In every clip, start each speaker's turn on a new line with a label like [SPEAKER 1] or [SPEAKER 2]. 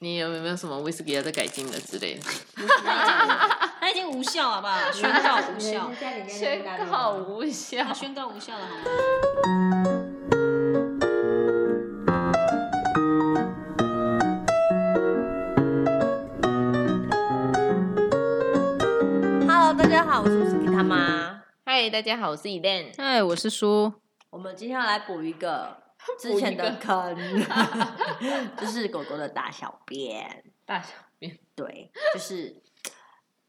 [SPEAKER 1] 你有没有什么威士忌要再改进的之类 的？
[SPEAKER 2] 它已经无效好不好？宣告无效，
[SPEAKER 1] 宣告无效
[SPEAKER 2] 它。宣告无效了好吗？
[SPEAKER 3] Hello，大家好，我是 Suki 他妈。
[SPEAKER 1] 嗨，大家好，我是 Elen。
[SPEAKER 2] 哎，我是叔，
[SPEAKER 3] 我们今天要来补一个之前的坑， 就是狗狗的大小便。
[SPEAKER 1] 大小便，
[SPEAKER 3] 对，就是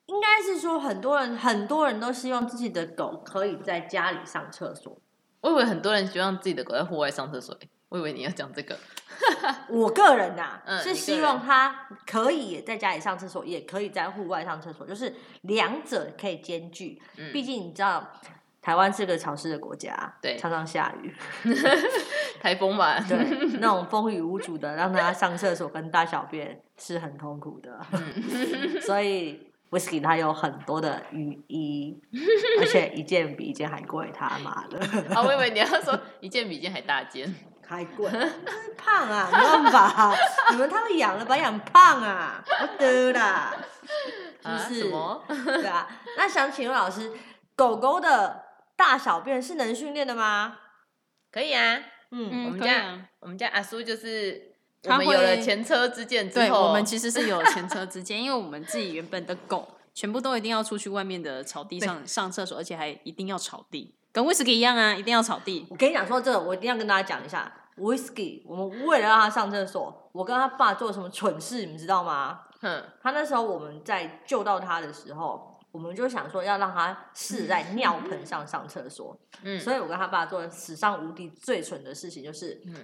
[SPEAKER 3] 应该是说，很多人很多人都希望自己的狗可以在家里上厕所。
[SPEAKER 1] 我以为很多人希望自己的狗在户外上厕所，欸我以为你要讲这个。
[SPEAKER 3] 我个人呐、
[SPEAKER 1] 嗯你
[SPEAKER 3] 是
[SPEAKER 1] 个
[SPEAKER 3] 希望它可以也在家里上厕所，也可以在户外上厕所，就是两者可以兼具。
[SPEAKER 1] 嗯
[SPEAKER 3] 毕竟你知道，台湾是个潮湿的国家，
[SPEAKER 1] 对
[SPEAKER 3] 常常下雨，
[SPEAKER 1] 台风吧？
[SPEAKER 3] 对，那种风雨无阻的，让它上厕所跟大小便是很痛苦的。
[SPEAKER 1] 嗯
[SPEAKER 3] 所以 whisky 它有很多的雨衣，而且一件比一件还贵，他妈的
[SPEAKER 1] 啊，我以为你要说一件比一件还大件。
[SPEAKER 3] 还贵，真胖啊，没办法，你们他们养了把它养胖啊，不得啦，
[SPEAKER 1] 啊
[SPEAKER 3] 是不是？
[SPEAKER 1] 什么？
[SPEAKER 3] 对啊，那想请问老师，狗狗的大小便是能训练的吗？
[SPEAKER 1] 可以啊，
[SPEAKER 3] 嗯，
[SPEAKER 1] 我
[SPEAKER 2] 嗯，
[SPEAKER 1] 们
[SPEAKER 2] 可以啊。
[SPEAKER 1] 我们家阿叔就是我
[SPEAKER 2] 他
[SPEAKER 1] 们有了
[SPEAKER 2] 会
[SPEAKER 1] 前车之鉴之
[SPEAKER 2] 对，
[SPEAKER 1] 后，
[SPEAKER 2] 我们其实是有前车之鉴，因为我们自己原本的狗全部都一定要出去外面的草地上上厕所，而且还一定要草地，跟威士忌一样啊，一定要草地。
[SPEAKER 3] 我跟你讲说这个，我一定要跟大家讲一下。Whisky，我们为了让他上厕所，我跟他爸做了什么蠢事，你知道吗？
[SPEAKER 1] 嗯，
[SPEAKER 3] 他那时候我们在救到他的时候，我们就想说要让他试在尿盆上上厕所，
[SPEAKER 1] 嗯
[SPEAKER 3] 所以我跟他爸做了史上无敌最蠢的事情，就是
[SPEAKER 1] 嗯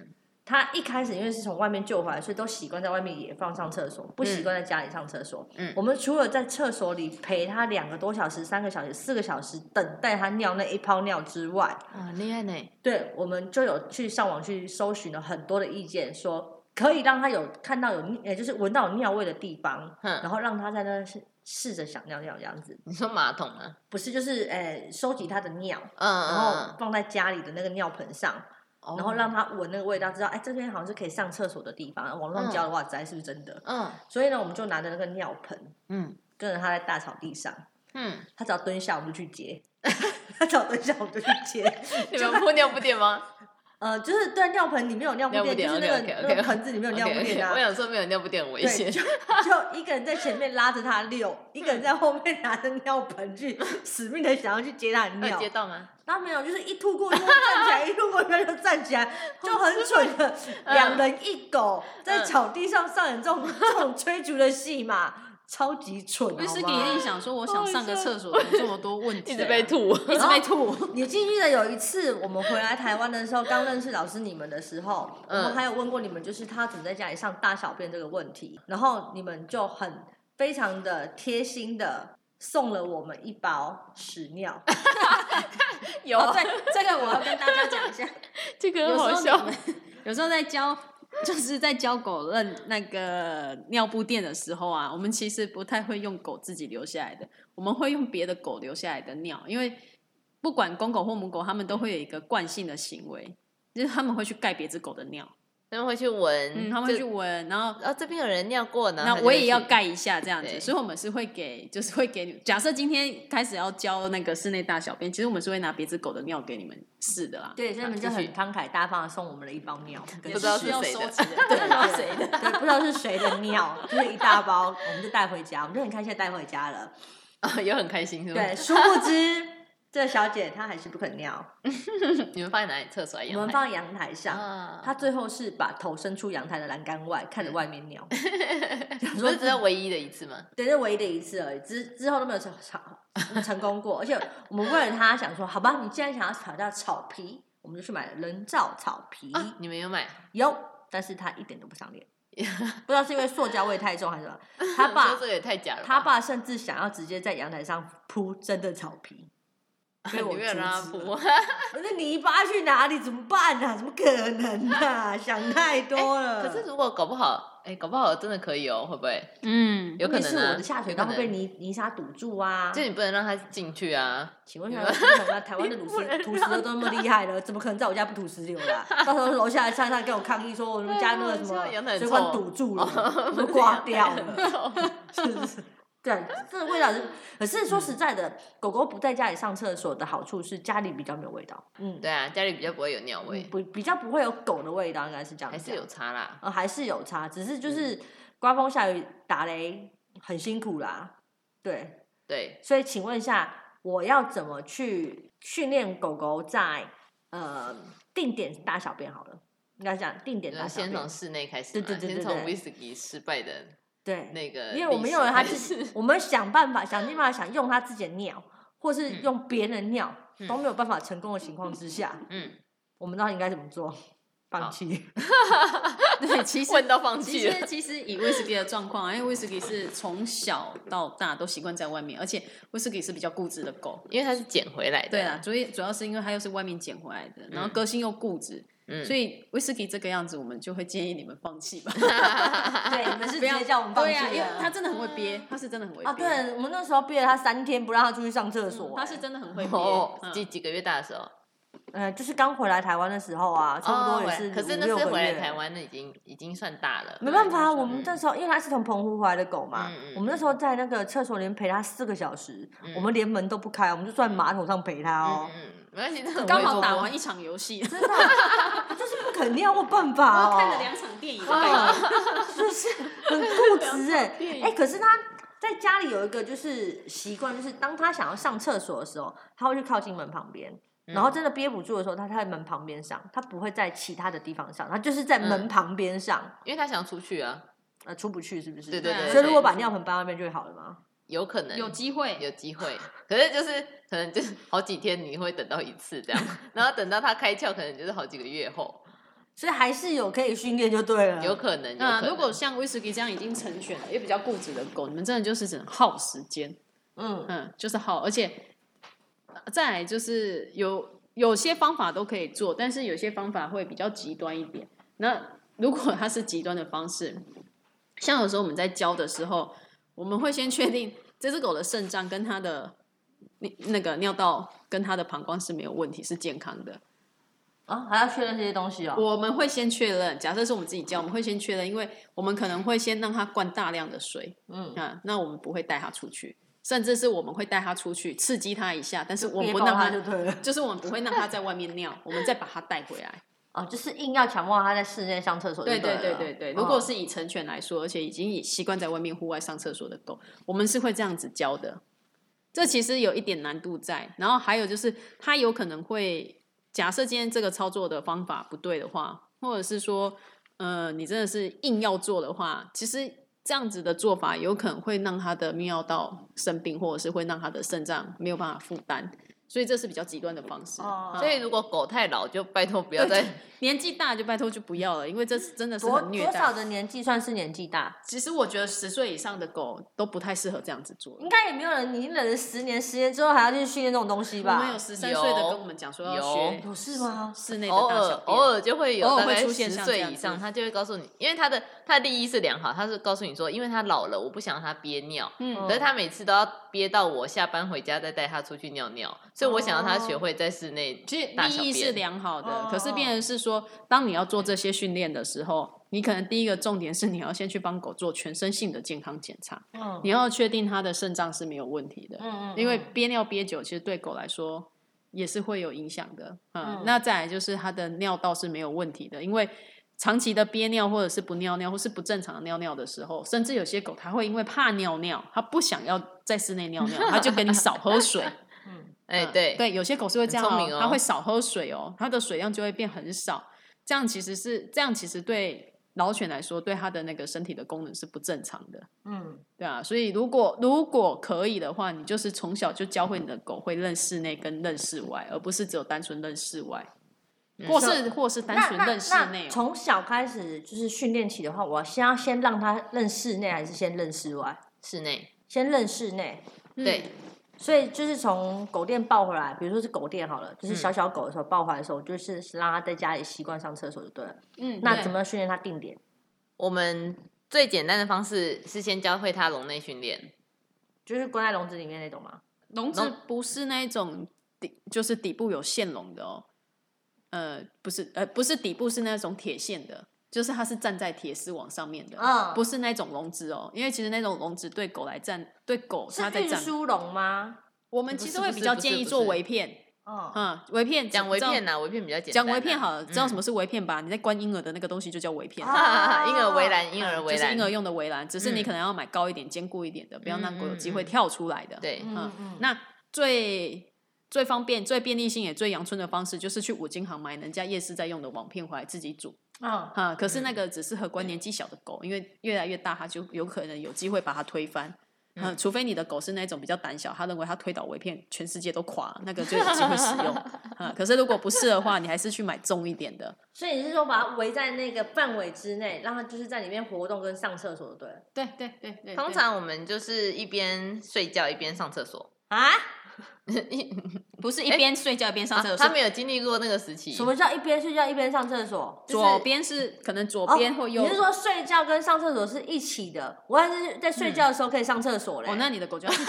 [SPEAKER 3] 他一开始因为是从外面救回来，所以都习惯在外面野放上厕所，不习惯在家里上厕所。
[SPEAKER 1] 嗯
[SPEAKER 3] 我们除了在厕所里陪他两个多小时、三个小时、四个小时等待他尿那一泡尿之外，
[SPEAKER 1] 哇，啊厉害呢。
[SPEAKER 3] 对，我们就有去上网去搜寻了很多的意见，说可以让他有看到有，呃，就是闻到有尿味的地方，
[SPEAKER 1] 哼，
[SPEAKER 3] 然后让他在那试试着想尿尿这样子，
[SPEAKER 1] 你说马桶啊？
[SPEAKER 3] 不是就是呃收集他的尿，
[SPEAKER 1] 嗯
[SPEAKER 3] 然
[SPEAKER 1] 嗯
[SPEAKER 3] 后放在家里的那个尿盆上，
[SPEAKER 1] 嗯，
[SPEAKER 3] 然后
[SPEAKER 1] 哦
[SPEAKER 3] 让他闻那个味道，知道哎这边好像是可以上厕所的地方。网络上教的话，知道是不是真的？
[SPEAKER 1] 嗯
[SPEAKER 3] 所以呢，我们就拿着那个尿盆，
[SPEAKER 1] 嗯
[SPEAKER 3] 跟着他在大草地上，
[SPEAKER 1] 嗯，
[SPEAKER 3] 他只要蹲下我们就去接， 他只要蹲下我们就去接。
[SPEAKER 1] 你们铺尿布垫吗？
[SPEAKER 3] 呃，就是对尿盆里面有尿布
[SPEAKER 1] 尿布垫
[SPEAKER 3] 垫，就是那个
[SPEAKER 1] OK，OK，OK
[SPEAKER 3] 那个盆子里面有尿布垫
[SPEAKER 1] o
[SPEAKER 3] 啊
[SPEAKER 1] k。我想说没有尿布垫很危
[SPEAKER 3] 对，
[SPEAKER 1] 险
[SPEAKER 3] 就。就一个人在前面拉着他遛，
[SPEAKER 1] 嗯
[SPEAKER 3] 一个人在后面拿着尿盆去死命的想要去接他的
[SPEAKER 1] 那有
[SPEAKER 3] 尿
[SPEAKER 1] 呃接，到吗？
[SPEAKER 3] 他没有，就是一吐过去就站 起来，一吐过去就站起来，就很蠢的，
[SPEAKER 1] 嗯
[SPEAKER 3] 两人一狗在草地上上演这种这种追逐的戏嘛，超级蠢，
[SPEAKER 2] 威士
[SPEAKER 3] 好
[SPEAKER 2] 忌
[SPEAKER 3] 吗
[SPEAKER 2] 一定想说，我想上个厕所，有这么多问题、啊
[SPEAKER 1] 一直被，吐。
[SPEAKER 2] 一直被吐。
[SPEAKER 3] 你记不记得有一次我们回来台湾的时候，刚认识老师你们的时候，
[SPEAKER 1] 嗯
[SPEAKER 3] 我们还有问过你们，就是他怎么在家里上大小便这个问题，然后你们就很非常的贴心的送了我们一包屎 尿，
[SPEAKER 1] 有
[SPEAKER 2] 哦，对，这个我要跟大家讲一下。
[SPEAKER 1] 这个
[SPEAKER 2] 有
[SPEAKER 1] 很
[SPEAKER 2] 时
[SPEAKER 1] 好
[SPEAKER 2] 候你
[SPEAKER 1] 笑
[SPEAKER 2] 们。 有时候在教， 就是在教狗认那个尿布垫的时候啊，我们其实不太会用狗自己留下来的，我们会用别的狗留下来的尿，因为不管公狗或母狗，它们都会有一个惯性的行为，就是它们会去盖别只狗的尿，
[SPEAKER 1] 他们会去闻，
[SPEAKER 2] 嗯，它们会
[SPEAKER 1] 就
[SPEAKER 2] 去闻，然后。
[SPEAKER 1] 哦，这边有人尿过呢，
[SPEAKER 2] 那
[SPEAKER 1] 他就
[SPEAKER 2] 我
[SPEAKER 1] 会
[SPEAKER 2] 也
[SPEAKER 1] 去
[SPEAKER 2] 要。盖一下这样子，
[SPEAKER 1] 对
[SPEAKER 2] 所以我们是会给，就是会给你。假设今天开始要教那个室内大小便，其实我们是会拿别只狗的尿给你们试的啦。
[SPEAKER 3] 对，所以你们就很慷慨大方的送我们了一包尿，
[SPEAKER 1] 也
[SPEAKER 3] 跟
[SPEAKER 1] 不知道
[SPEAKER 2] 也
[SPEAKER 1] 是
[SPEAKER 2] 需要
[SPEAKER 1] 谁的
[SPEAKER 2] 收集的， 对，不知道谁 的。
[SPEAKER 3] 对，不知道是谁的尿，就是一大包，我们就带回家，我们就很开心的带回家了。
[SPEAKER 1] 啊，也很开心是吗？
[SPEAKER 3] 对，殊不知这小姐她还是不肯尿，
[SPEAKER 1] 你们放在哪里？厕所还是阳
[SPEAKER 3] 我
[SPEAKER 1] 台
[SPEAKER 3] 们放在阳台上，
[SPEAKER 1] 啊，
[SPEAKER 3] 她最后是把头伸出阳台的栏杆外，看着外面尿。
[SPEAKER 1] 你嗯不是只有唯一的一次吗？
[SPEAKER 3] 对，这唯一的一次而已，之之后都没有成成成功过。而且我们为了他想说，好吧，你既然想要挑战草皮，我们就去买了人造草皮，
[SPEAKER 1] 啊，你们有买？
[SPEAKER 3] 有，但是他一点都不上脸，不知道是因为塑胶味太重还是什么。他
[SPEAKER 1] 你
[SPEAKER 3] 爸
[SPEAKER 1] 说这个也太假了吧。
[SPEAKER 3] 他爸甚至想要直接在阳台上铺真的草皮， 被我
[SPEAKER 1] 啊你没有
[SPEAKER 3] 阻
[SPEAKER 1] 让他
[SPEAKER 3] 止
[SPEAKER 1] 铺
[SPEAKER 3] 了。。 我说泥巴去哪里？怎么办啊？怎么可能啊？想太多了。
[SPEAKER 1] 哎可是如果搞不好，哎、搞不好真的可以哦，会不会？
[SPEAKER 2] 嗯，
[SPEAKER 1] 有可能
[SPEAKER 3] 是我
[SPEAKER 1] 啊
[SPEAKER 3] 的，下水
[SPEAKER 1] 有可
[SPEAKER 3] 道
[SPEAKER 1] 能
[SPEAKER 3] 会被泥泥沙堵住啊。
[SPEAKER 1] 就你不能让他进去啊。
[SPEAKER 3] 请问台湾为什么台 湾的土石土石流都那么厉害了？怎么可能在我家不土石流啦？到时候楼下上上跟我抗议说我们家那个什
[SPEAKER 1] 对啊我们家阳台很
[SPEAKER 3] 么水管
[SPEAKER 1] 臭哦
[SPEAKER 3] 堵住 了，都挂掉了， 是不是？对，啊这个味道是。可是
[SPEAKER 1] 嗯
[SPEAKER 3] 说实在的，狗狗不在家里上厕所的好处是家里比较没有味道，嗯，
[SPEAKER 1] 对啊，家里比较不会有尿味，
[SPEAKER 3] 不比较不会有狗的味道，应该是这样
[SPEAKER 1] 还
[SPEAKER 3] 讲。
[SPEAKER 1] 是有嗯差啦。
[SPEAKER 3] 呃，还是有差，只是就是刮风下雨打雷很辛苦啦。对，
[SPEAKER 1] 对，
[SPEAKER 3] 所以请问一下，我要怎么去训练狗狗在呃定点大小便？好了，应该讲定点
[SPEAKER 1] 就
[SPEAKER 3] 大
[SPEAKER 1] 是呃
[SPEAKER 3] 小
[SPEAKER 1] 先
[SPEAKER 3] 便。
[SPEAKER 1] 从室内开始
[SPEAKER 3] 对
[SPEAKER 1] 嘛，
[SPEAKER 3] 对对对
[SPEAKER 1] 先从
[SPEAKER 3] 对
[SPEAKER 1] whisky 失败的
[SPEAKER 3] 对，
[SPEAKER 1] 那个历史开始，
[SPEAKER 3] 因为我们用了它自己，我们想办法，想尽办法想用它自己的尿，或是
[SPEAKER 1] 嗯
[SPEAKER 3] 用别人的尿、
[SPEAKER 1] 嗯
[SPEAKER 3] 都没有办法成功的情况之下，
[SPEAKER 1] 嗯，
[SPEAKER 3] 我们到底应该怎么做？
[SPEAKER 1] 好
[SPEAKER 3] 放 弃？
[SPEAKER 2] 对，其实
[SPEAKER 1] 问到放
[SPEAKER 2] 其
[SPEAKER 1] 弃了
[SPEAKER 2] 实，其实以威士忌的状况，因为威士忌是从小到大都习惯在外面，而且威士忌是比较固执的狗。
[SPEAKER 1] 因为它是捡回来的。
[SPEAKER 2] 对啊，，主要主要是因为它又是外面捡回来的，然后个性又固执，
[SPEAKER 1] 嗯，
[SPEAKER 2] 所
[SPEAKER 1] 以
[SPEAKER 2] 以威士忌这个样子，我们就会建议你们放弃吧。
[SPEAKER 3] 对，你们是
[SPEAKER 2] 不
[SPEAKER 3] 直
[SPEAKER 2] 要
[SPEAKER 3] 接叫我们放弃
[SPEAKER 2] 对啊，因为
[SPEAKER 3] 了
[SPEAKER 2] 它真的很会憋，它是真的很会憋嗯
[SPEAKER 3] 啊，对，我们那时候憋了它三天，不让它出去上厕所、
[SPEAKER 1] 嗯
[SPEAKER 2] 它
[SPEAKER 3] 欸
[SPEAKER 2] 是真的很会憋。
[SPEAKER 1] 哦，
[SPEAKER 2] 嗯
[SPEAKER 1] 几几个月大的时候，
[SPEAKER 3] 呃，就是刚回来台湾的时候啊，差不
[SPEAKER 1] 哦
[SPEAKER 3] 多也是
[SPEAKER 1] 回来可
[SPEAKER 3] 五
[SPEAKER 1] 是那
[SPEAKER 3] 六
[SPEAKER 1] 是
[SPEAKER 3] 个
[SPEAKER 1] 回来
[SPEAKER 3] 月
[SPEAKER 1] 台湾的，已经已经算大了。
[SPEAKER 3] 没办法啊，
[SPEAKER 1] 嗯
[SPEAKER 3] 我们那时候因为它是从澎湖回来的狗嘛，
[SPEAKER 1] 嗯嗯
[SPEAKER 3] 我们那时候在那个厕所里面陪它四个小时，我
[SPEAKER 1] 嗯
[SPEAKER 3] 们连门都不开，我们就坐在马桶上陪它哦
[SPEAKER 1] 嗯，嗯，没关系，这很
[SPEAKER 2] 刚
[SPEAKER 1] 会
[SPEAKER 2] 好
[SPEAKER 1] 做
[SPEAKER 2] 打
[SPEAKER 1] 梦
[SPEAKER 2] 完一场游戏，
[SPEAKER 3] 真的啊就是不肯尿，我有办法
[SPEAKER 2] 然
[SPEAKER 3] 哦，
[SPEAKER 2] 后看了两场电影，
[SPEAKER 3] 啊， 就是很固执哎、
[SPEAKER 2] 电影
[SPEAKER 3] 哎、可是他在家里有一个就是习惯，就是当他想要上厕所的时候，他会去靠近门旁边，
[SPEAKER 1] 嗯
[SPEAKER 3] 然后真的憋不住的时候，他在门旁边上，他不会在其他的地方上，他就是在门
[SPEAKER 1] 嗯
[SPEAKER 3] 旁边上，
[SPEAKER 1] 因为他想出去啊，
[SPEAKER 3] 呃，出不去是不是？
[SPEAKER 1] 对对
[SPEAKER 2] 对
[SPEAKER 3] 所以
[SPEAKER 2] 对
[SPEAKER 3] 如果把尿盆搬外面就会好了吗？
[SPEAKER 1] 有可能
[SPEAKER 2] 有机会
[SPEAKER 1] 有机会，可是就是可能就是好几天你会等到一次这样， 然后等到它开窍，可能就是好几个月后，
[SPEAKER 3] 所以还是有可以训练就对了。
[SPEAKER 1] 有可能。有可
[SPEAKER 2] 那
[SPEAKER 1] 能
[SPEAKER 2] 如果像威士忌这样已经成犬了，也比较固执的狗，你们真的就是只能耗时间，
[SPEAKER 3] 嗯，
[SPEAKER 2] 嗯，就是耗，而且呃再来就是有有些方法都可以做，但是有些方法会比较极端一点。那如果它是极端的方式，像有时候我们在教的时候，我们会先确定这只狗的肾脏跟它的那那个尿道跟它的膀胱是没有问题，是健康的。
[SPEAKER 3] 啊，还要确认这些东西哦。
[SPEAKER 2] 我们会先确认，假设是我们自己教，我们会先确认，因为我们可能会先让它灌大量的水，
[SPEAKER 3] 嗯，
[SPEAKER 2] 啊，那我们不会带它出去，甚至是我们会带它出去刺激它一下，但是我们
[SPEAKER 3] 憋
[SPEAKER 2] 不
[SPEAKER 3] 爆
[SPEAKER 2] 让
[SPEAKER 3] 他
[SPEAKER 2] 它，
[SPEAKER 3] 就对了。
[SPEAKER 2] 就是我们不会让它在外面尿，我们再把它带回来。
[SPEAKER 3] 哦，就是硬要强迫他在室内上厕所就
[SPEAKER 2] 对对
[SPEAKER 3] 了。
[SPEAKER 2] 对对对，如果
[SPEAKER 3] 哦
[SPEAKER 2] 是以成犬来说，而且已经以习惯在外面户外上厕所的狗，我们是会这样子教的。这其实有一点难度在，然后还有就是它有可能会，假设今天这个操作的方法不对的话，或者是说，呃，你真的是硬要做的话，其实这样子的做法有可能会让它的泌尿道生病，或者是会让它的肾脏没有办法负担，所以这是比较极端的方式。
[SPEAKER 3] 哦
[SPEAKER 1] 所以如果狗太老，就拜托不要再
[SPEAKER 2] 年纪大就拜托就不要了，因为这是真的是
[SPEAKER 3] 多
[SPEAKER 2] 很虐
[SPEAKER 3] 多
[SPEAKER 2] 待。
[SPEAKER 3] 少的年纪算是年纪大？
[SPEAKER 2] 其实我觉得十岁以上的狗都不太适合这样子做。
[SPEAKER 1] 嗯
[SPEAKER 3] 应该也没有人，你忍了十年，十年之后还要去训练这种东西
[SPEAKER 2] 我们
[SPEAKER 3] 吧
[SPEAKER 2] 有？十三岁的
[SPEAKER 1] 有
[SPEAKER 2] 跟我们讲说要
[SPEAKER 1] 有
[SPEAKER 2] 学
[SPEAKER 3] 有事吗？
[SPEAKER 2] 室内的
[SPEAKER 1] 偶
[SPEAKER 2] 大
[SPEAKER 1] 尔
[SPEAKER 2] 小
[SPEAKER 1] 偶
[SPEAKER 2] 便，
[SPEAKER 1] 尔就会有
[SPEAKER 2] 偶尔
[SPEAKER 1] 大
[SPEAKER 2] 会
[SPEAKER 1] 概
[SPEAKER 2] 出现
[SPEAKER 1] 十
[SPEAKER 2] 像
[SPEAKER 1] 岁
[SPEAKER 2] 这样
[SPEAKER 1] 以上，
[SPEAKER 2] 子
[SPEAKER 1] 他就会告诉你，因为他的他的利益是良好，他是告诉你说，因为他老了，我不想让他憋尿，
[SPEAKER 2] 嗯
[SPEAKER 1] 可是他每次都要憋到我下班回家再带他出去尿尿，所以我想让他学会在室内
[SPEAKER 2] 其实
[SPEAKER 1] 大小
[SPEAKER 2] 利益是
[SPEAKER 1] 便。
[SPEAKER 2] 良好
[SPEAKER 3] 哦
[SPEAKER 2] 的，可是变成是说，当你要做这些训练的时候，你可能第一个重点是你要先去帮狗做全身性的健康检查，
[SPEAKER 3] 嗯
[SPEAKER 2] 你要确定它的肾脏是没有问题的，
[SPEAKER 3] 嗯
[SPEAKER 2] 因为憋尿憋久，其实对狗来说也是会有影响的。嗯，
[SPEAKER 3] 嗯
[SPEAKER 2] 那再来就是它的尿道是没有问题的，因为长期的憋尿或者是不尿尿或是不正常的尿尿的时候，甚至有些狗它会因为怕尿尿，它不想要在室内尿尿，它就跟你少喝水。
[SPEAKER 1] 哎、
[SPEAKER 2] 嗯
[SPEAKER 1] 对，
[SPEAKER 2] 对，有些狗是会这样、
[SPEAKER 1] 很聪明哦
[SPEAKER 2] 它会少喝水哦，它的水量就会变很少。这样其实是这样，其实对老犬来说，对它的那个身体的功能是不正常的。
[SPEAKER 3] 嗯
[SPEAKER 2] 对啊，所以如果如果可以的话，你就是从小就教会你的狗会认室内跟认室外，而不是只有单纯认室外，
[SPEAKER 1] 嗯
[SPEAKER 2] 或是或是单
[SPEAKER 3] 那
[SPEAKER 2] 纯
[SPEAKER 3] 那
[SPEAKER 2] 认室内
[SPEAKER 3] 那
[SPEAKER 2] 哦。
[SPEAKER 3] 从小开始就是训练起的话，我先要先让他认室内，还是先认室外？
[SPEAKER 1] 室内，
[SPEAKER 3] 先认室内，
[SPEAKER 1] 对，
[SPEAKER 3] 所以就是从狗店抱回来，比如说是狗店好了，就是
[SPEAKER 1] 嗯
[SPEAKER 3] 小小狗的时候抱回来的时候，就是让它在家里习惯上厕所就对了。
[SPEAKER 2] 嗯，
[SPEAKER 3] 那
[SPEAKER 2] 对
[SPEAKER 3] 怎么训练它定点？
[SPEAKER 1] 我们最简单的方式是先教会它笼内训练，
[SPEAKER 3] 就是关在笼子里面那种吗？
[SPEAKER 2] 笼子不是那种底，就是底部有线笼的哦。呃，不是，呃，不是底部是那种铁线的，就是它是站在铁丝网上面的，
[SPEAKER 3] 嗯
[SPEAKER 2] 不是那种笼子哦。因为其实那种笼子对狗来站，对狗
[SPEAKER 3] 是
[SPEAKER 2] 它在
[SPEAKER 3] 运
[SPEAKER 2] 站，
[SPEAKER 3] 输笼吗？
[SPEAKER 2] 我们
[SPEAKER 1] 不
[SPEAKER 2] 其
[SPEAKER 1] 是
[SPEAKER 2] 实
[SPEAKER 1] 不
[SPEAKER 2] 会
[SPEAKER 1] 是
[SPEAKER 2] 比较
[SPEAKER 1] 不
[SPEAKER 2] 建
[SPEAKER 1] 是
[SPEAKER 2] 议
[SPEAKER 1] 不
[SPEAKER 2] 做
[SPEAKER 1] 是
[SPEAKER 2] 围片，
[SPEAKER 3] 嗯，
[SPEAKER 2] 嗯，围片
[SPEAKER 1] 讲围片啊
[SPEAKER 2] 呢，
[SPEAKER 1] 呐、围片比较简单、啊嗯
[SPEAKER 2] 讲围片好了，知道什
[SPEAKER 1] 么？
[SPEAKER 2] 么是围片吧？你在关婴儿的那个东西就叫围片。
[SPEAKER 3] 啊
[SPEAKER 1] 婴儿围栏，婴儿围
[SPEAKER 2] 就是
[SPEAKER 1] 栏，
[SPEAKER 2] 婴儿用的围栏，只是你
[SPEAKER 1] 嗯
[SPEAKER 2] 可能要买高一点、坚固一点的，不要让狗有机
[SPEAKER 1] 嗯
[SPEAKER 2] 会
[SPEAKER 1] 嗯嗯
[SPEAKER 2] 跳出来的。
[SPEAKER 1] 对，
[SPEAKER 3] 嗯嗯
[SPEAKER 2] 那最最方便、最便利性也最阳春的方式，就是去五金行买人家夜市在用的网片回来自己煮
[SPEAKER 3] 嗯
[SPEAKER 2] 哈。可是那个只适合关年纪小的狗，因为越来越大，它就有可能有机会把它推翻。嗯，除非你的狗是那种比较胆小，它认为它推倒围片，全世界都垮了，那个就有机会使 用。啊，可是如果不是的话，你还是去买重一点的。
[SPEAKER 3] 所以你是说把它围在那个范围之内，让它就是在里面活动跟上厕所，对了
[SPEAKER 2] 对对对对
[SPEAKER 1] 通常我们就是一边睡觉一边上厕所，
[SPEAKER 3] 啊？
[SPEAKER 2] 不是一边睡觉一边上厕所，
[SPEAKER 1] 啊他没有经历过那个时期。
[SPEAKER 3] 什么叫一边睡觉一边上厕所？
[SPEAKER 1] 就是
[SPEAKER 2] 左边是可能左边或右。
[SPEAKER 3] 哦？你是说睡觉跟上厕所是一起的？我还是在睡觉的时候可以上厕所嘞。
[SPEAKER 2] 哦，那你的狗就 要
[SPEAKER 1] 睡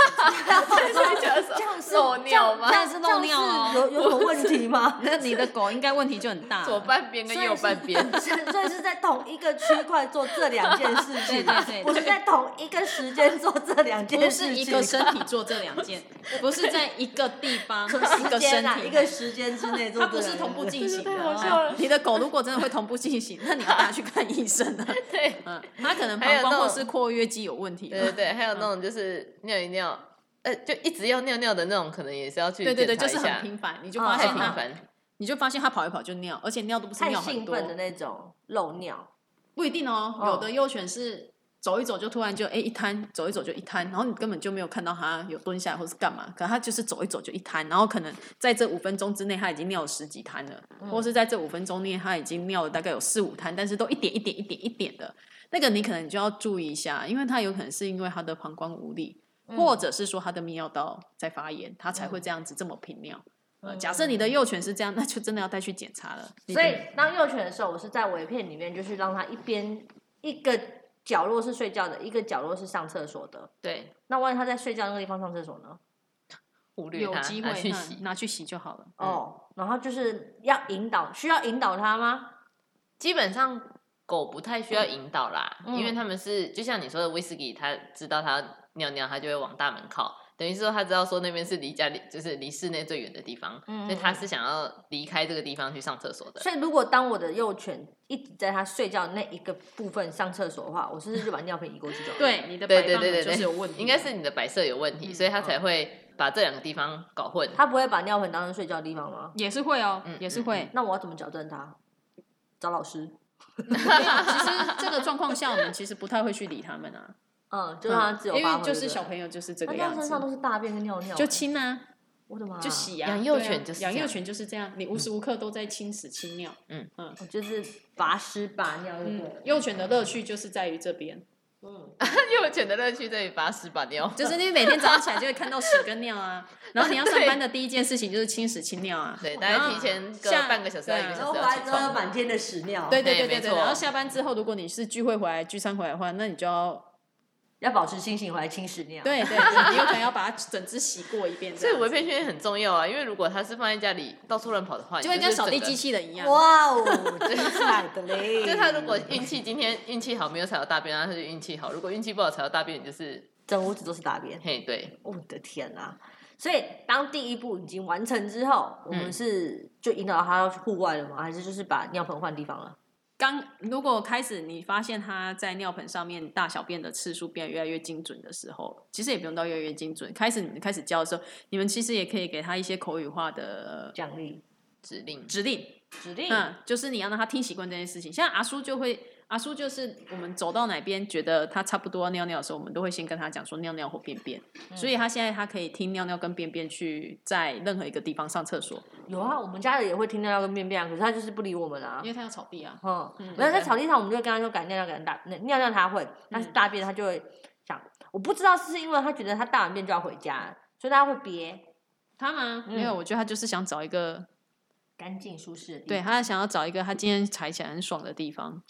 [SPEAKER 1] 觉的时候
[SPEAKER 3] 这样是
[SPEAKER 1] 漏尿吗
[SPEAKER 3] 这样
[SPEAKER 2] 这样是漏尿哦
[SPEAKER 3] 这样是有有什么问题 吗？
[SPEAKER 2] 那你的狗应该问题就很大了。
[SPEAKER 1] 左半边跟右半 边，
[SPEAKER 3] 所以是所以是在同一个区块做这两件事情，
[SPEAKER 2] 对对对对
[SPEAKER 3] 不是在同一个时间做这两件
[SPEAKER 2] 不
[SPEAKER 3] 事
[SPEAKER 2] 是
[SPEAKER 3] 情，
[SPEAKER 2] 一个身体做这两 件，不是在一个地方一
[SPEAKER 3] 时
[SPEAKER 2] 个身
[SPEAKER 3] 间啊，
[SPEAKER 2] 体，
[SPEAKER 3] 一个时间之内做
[SPEAKER 2] 它
[SPEAKER 3] 这
[SPEAKER 2] 不
[SPEAKER 3] 两
[SPEAKER 2] 是同步
[SPEAKER 3] 件事
[SPEAKER 2] 进行
[SPEAKER 1] 这
[SPEAKER 2] 的。
[SPEAKER 1] 个太好笑了
[SPEAKER 2] 哎你的狗如果真的会同步进行，那你要带它去看医生 啊。
[SPEAKER 1] 对
[SPEAKER 2] 嗯，它可能
[SPEAKER 1] 还有
[SPEAKER 2] 膀胱
[SPEAKER 1] 那
[SPEAKER 2] 或
[SPEAKER 1] 种
[SPEAKER 2] 是括约肌有问题。
[SPEAKER 1] 对对对，还有
[SPEAKER 2] 嗯
[SPEAKER 1] 那种就是尿一尿，呃，就一直要尿尿的那种，可能也是要去
[SPEAKER 2] 对对对，
[SPEAKER 1] 检查
[SPEAKER 2] 就
[SPEAKER 1] 一
[SPEAKER 2] 是
[SPEAKER 1] 下
[SPEAKER 2] 很频繁，你啊就
[SPEAKER 3] 嗯
[SPEAKER 2] 发
[SPEAKER 1] 太
[SPEAKER 2] 现
[SPEAKER 1] 频
[SPEAKER 2] 它，
[SPEAKER 1] 繁，
[SPEAKER 2] 你就发现它跑一跑就尿，而且尿都不是
[SPEAKER 3] 太
[SPEAKER 2] 尿很
[SPEAKER 3] 兴
[SPEAKER 2] 多，
[SPEAKER 3] 奋的那种漏尿，
[SPEAKER 2] 不一定哦。
[SPEAKER 3] 哦
[SPEAKER 2] 有的幼犬是走一走就突然就哎一摊，走一走就一摊，然后你根本就没有看到它有蹲下来或是干嘛，可它就是走一走就一摊，然后可能在这五分钟之内它已经尿了十几摊了，或是在这五分钟内它已经尿了大概有四五摊，但是都一点一点一点一点的，那个你可能就要注意一下，因为它有可能是因为它的膀胱无力，或者是说它的泌尿道在发炎，它才会这样子这么频尿。呃假设你的幼犬是这样，那就真的要带去检查了。你
[SPEAKER 3] 所
[SPEAKER 2] 的
[SPEAKER 3] 以当幼犬的时候，我是在围片里面，就是让它一边一个角落是睡觉的，一个角落是上厕所的。
[SPEAKER 1] 对，
[SPEAKER 3] 那万一它在睡觉那个地方上厕所呢？
[SPEAKER 1] 忽略
[SPEAKER 2] 有
[SPEAKER 1] 它，
[SPEAKER 2] 机
[SPEAKER 1] 拿
[SPEAKER 2] 会嗯
[SPEAKER 1] 去
[SPEAKER 2] 那
[SPEAKER 1] 洗。
[SPEAKER 2] 拿去洗就好了。
[SPEAKER 3] 哦，然后就是要引导，需要引导它吗？
[SPEAKER 1] 基本上狗不太需要引导啦，
[SPEAKER 3] 嗯
[SPEAKER 1] 因为他们是就像你说的威士忌，它知道它要尿尿，它就会往大门靠。等于是说，它知道说那边是离家里就是离室内最远的地方，
[SPEAKER 3] 嗯
[SPEAKER 1] 所以它是想要离开这个地方去上厕所的。
[SPEAKER 3] 所以如果当我的幼犬一直在它睡觉那一个部分上厕所的话，我是不是就把尿片移过去就好？，
[SPEAKER 2] 对，你的
[SPEAKER 1] 对
[SPEAKER 2] 摆
[SPEAKER 1] 对
[SPEAKER 2] 放
[SPEAKER 1] 对对
[SPEAKER 2] 就是
[SPEAKER 1] 对
[SPEAKER 2] 有问题，嗯
[SPEAKER 1] 应该是你的摆设有问题，所以它才会把这两个地方搞混。
[SPEAKER 3] 它不会把尿盆当成睡觉的地方吗？
[SPEAKER 2] 也是会哦，
[SPEAKER 1] 嗯
[SPEAKER 2] 也是会。
[SPEAKER 3] 那我要怎么矫正它？找老师。
[SPEAKER 1] 嗯
[SPEAKER 2] 其实这个状况下，我们其实不太会去理他们 啊，
[SPEAKER 3] 嗯，就让它自由
[SPEAKER 2] 因
[SPEAKER 3] 发挥。
[SPEAKER 2] 为就
[SPEAKER 3] 对
[SPEAKER 2] 是
[SPEAKER 3] 不对
[SPEAKER 2] 小朋友就是这
[SPEAKER 3] 它
[SPEAKER 2] 个
[SPEAKER 3] 尿
[SPEAKER 2] 样
[SPEAKER 3] 身
[SPEAKER 2] 子
[SPEAKER 3] 上，都是大便跟尿尿，
[SPEAKER 2] 就亲啊，
[SPEAKER 3] 我的妈，
[SPEAKER 2] 就洗啊。
[SPEAKER 1] 养幼
[SPEAKER 2] 对啊
[SPEAKER 1] 犬就是这
[SPEAKER 2] 养
[SPEAKER 1] 样
[SPEAKER 2] 幼犬就是这样，你无时无刻都在清屎清尿。
[SPEAKER 3] 就是拔屎拔尿，对不
[SPEAKER 2] 嗯
[SPEAKER 3] 对，？
[SPEAKER 2] 幼犬的乐趣就是在于这边，
[SPEAKER 3] 嗯，
[SPEAKER 1] 幼犬的乐趣在于把屎把尿，
[SPEAKER 2] 就是你每天早上起来就会看到屎跟尿啊，然后你要上班的第一件事情就是清屎清尿啊。
[SPEAKER 1] 对，大概提前个
[SPEAKER 2] 像
[SPEAKER 1] 半个小时到一个
[SPEAKER 2] 对
[SPEAKER 3] 然
[SPEAKER 1] 小
[SPEAKER 3] 后
[SPEAKER 1] 时
[SPEAKER 3] 回
[SPEAKER 1] 要
[SPEAKER 3] 来
[SPEAKER 1] 起
[SPEAKER 3] 之后
[SPEAKER 1] 床。
[SPEAKER 3] 满天的屎尿，
[SPEAKER 2] 对对对
[SPEAKER 1] 哎
[SPEAKER 2] 对
[SPEAKER 1] 没
[SPEAKER 2] 对，
[SPEAKER 1] 错
[SPEAKER 2] 然后下班之后，如果你是聚会回来、聚餐回来的话，那你就要
[SPEAKER 3] 要保持清醒回来清屎尿。，
[SPEAKER 2] 对对，对你有可能要把它整只洗过一遍这
[SPEAKER 1] 所以
[SPEAKER 2] 样子，
[SPEAKER 1] 围片训练很重要啊，因为如果它是放在家里到处乱跑的话，
[SPEAKER 2] 就会
[SPEAKER 1] 你
[SPEAKER 2] 跟
[SPEAKER 1] 是
[SPEAKER 2] 扫地
[SPEAKER 1] 整个
[SPEAKER 2] 机器人一样。
[SPEAKER 3] 哇哦，精彩的嘞！
[SPEAKER 1] 就是他如果运气今天运气好没有踩到大便，那他就运气好；如果运气不好踩到大便，你就是
[SPEAKER 3] 整屋子都是大便，
[SPEAKER 1] 嘿对，
[SPEAKER 3] 我的天啊！所以当第一步已经完成之后，我
[SPEAKER 2] 嗯
[SPEAKER 3] 们是就引导他到户外了吗？还是就是把尿盆换地方了？
[SPEAKER 2] 刚如果开始你发现它在尿盆上面大小便的次数变得越来越精准的时候，其实也不用到越来越精准。开始你们开始教的时候，你们其实也可以给它一些口语化的呃
[SPEAKER 3] 奖励
[SPEAKER 1] 指令
[SPEAKER 2] 指令，
[SPEAKER 3] 指令，
[SPEAKER 2] 嗯，就是你要让它听习惯这件事情。像阿叔就会，阿叔就是我们走到哪边觉得它差不多要尿尿的时候，我们都会先跟他讲说尿尿或便便，所以他现在他可以听尿尿跟便便去在任何一个地方上厕所，
[SPEAKER 3] 有啊，我们家的也会听尿尿跟便便啊，可是他就是不理我们啊
[SPEAKER 2] 因。为他要扫地啊。
[SPEAKER 3] 嗯
[SPEAKER 2] 嗯，
[SPEAKER 3] 没有在
[SPEAKER 1] 对
[SPEAKER 3] 草地上，我们就会跟他说敢尿尿敢大尿尿他会，但是大便他就会想，我不知道是不是因为他觉得他大完便就要回家，所以他会憋。
[SPEAKER 2] 他吗？
[SPEAKER 3] 嗯
[SPEAKER 2] 没有，我觉得他就是想找一个
[SPEAKER 3] 干净舒适的地
[SPEAKER 2] 对
[SPEAKER 3] 方。
[SPEAKER 2] 他想要找一个他今天踩起来很爽的地 方。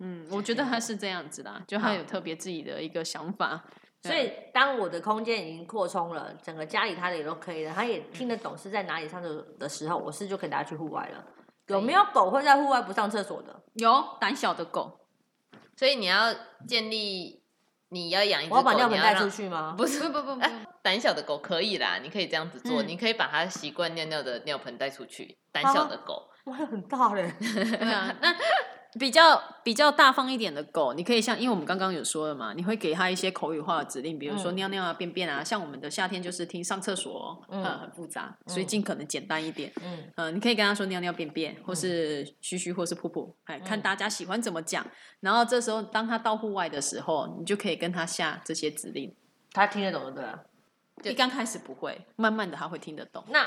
[SPEAKER 2] 嗯，我觉得他是这样子啦，就他有特别自己的一个想法。
[SPEAKER 3] 所以当我的空间已经扩充了，整个家里他的也都可以了，他也听得懂是在哪里上厕所的时候，我是就可以带他去户外了。有没有狗会在户外不上厕所的？
[SPEAKER 2] 有胆小的狗，
[SPEAKER 1] 所以你要建立，你要养一只
[SPEAKER 3] 我
[SPEAKER 1] 狗，
[SPEAKER 3] 要把尿
[SPEAKER 1] 你
[SPEAKER 3] 盆
[SPEAKER 1] 要
[SPEAKER 3] 带出
[SPEAKER 1] 让
[SPEAKER 3] 去 吗？
[SPEAKER 2] 不是不不不不用，
[SPEAKER 1] 胆小的狗可以啦，你可以这样子做，
[SPEAKER 2] 嗯
[SPEAKER 1] 你可以把它习惯尿尿的尿盆带出去。胆
[SPEAKER 3] 好
[SPEAKER 1] 小的狗，
[SPEAKER 3] 我有很大嘞，
[SPEAKER 2] 对啊，那比较比较大方一点的狗，你可以像，因为我们刚刚有说了嘛，你会给它一些口语化的指令，比如说
[SPEAKER 3] 嗯
[SPEAKER 2] 尿尿啊、便便啊。像我们的夏天就是听上厕所哦，
[SPEAKER 3] 嗯
[SPEAKER 2] 呃很复杂，所以
[SPEAKER 3] 嗯
[SPEAKER 2] 尽可能简单一点。
[SPEAKER 3] 嗯，
[SPEAKER 2] 嗯、你可以跟他说尿尿、便便，或是嘘嘘，或是噗噗，哎，看
[SPEAKER 3] 嗯
[SPEAKER 2] 大家喜欢怎么讲。然后这时候，当他到户外的时候，你就可以跟他下这些指令。
[SPEAKER 3] 他听得懂的对啊了。
[SPEAKER 1] 就
[SPEAKER 2] 一刚开始不会，慢慢的他会听得懂。
[SPEAKER 3] 那